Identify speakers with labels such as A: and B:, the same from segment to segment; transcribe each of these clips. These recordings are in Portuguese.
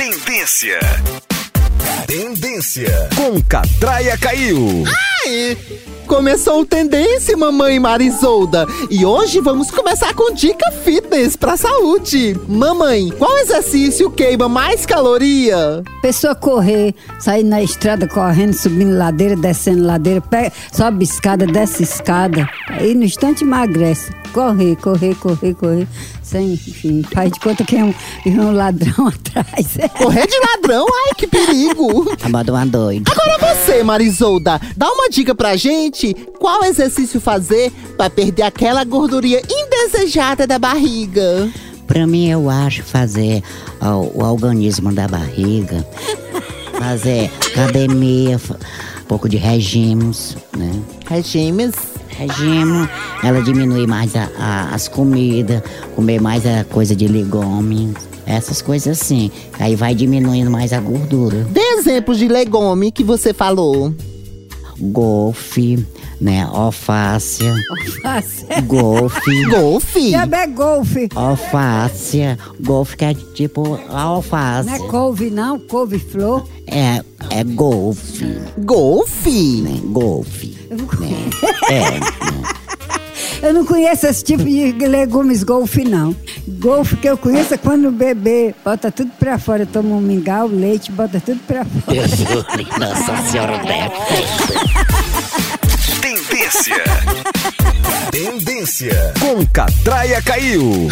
A: Tendência. Tendência. Com Catraia Caiu.
B: Ai! Começou o Tendência, mamãe Marisolda. E hoje vamos começar com dica fitness pra saúde. Mamãe, qual exercício queima mais caloria?
C: Pessoa correr, sair na estrada correndo, subindo ladeira, descendo ladeira, pega, sobe escada, desce escada. Aí no instante emagrece. Correr, correr, correr, correr. Sem, enfim, faz de conta que é um, é um ladrão atrás. É
B: Correr de ladrão? Ai, que perigo!
D: Bota uma doida.
B: Agora você, Marisolda, dá uma dica pra gente qual exercício fazer pra perder aquela gordurinha indesejada da barriga.
D: Pra mim, eu acho fazer ó, o organismo da barriga, fazer academia, fa- um pouco de regimes, né?
B: Regimes.
D: Regime, ela diminui mais a- a- as comidas, comer mais a coisa de legumes, essas coisas assim. Aí vai diminuindo mais a gordura.
B: Dê exemplos de legume que você falou.
D: Golfe, né? Alface,
C: Fácil.
D: golfe.
B: Golfe.
C: Já é golfe.
D: Alface, golfe que é tipo a alface.
C: Não é couve, não, couve-flor.
D: É, é golfe,
B: Golfe.
D: né? Golfe.
C: Eu não conheço.
D: É,
C: Eu não conheço esse tipo de legumes golfe, não. Golfe que eu conheço é quando o bebê bota tudo pra fora, toma um mingau, leite, bota tudo pra fora.
D: eu juro, Nossa Senhora deve.
A: Tendência. Tendência. Com Catraia Caiu.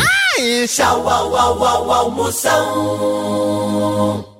B: Tchau, au, au, au, almoção.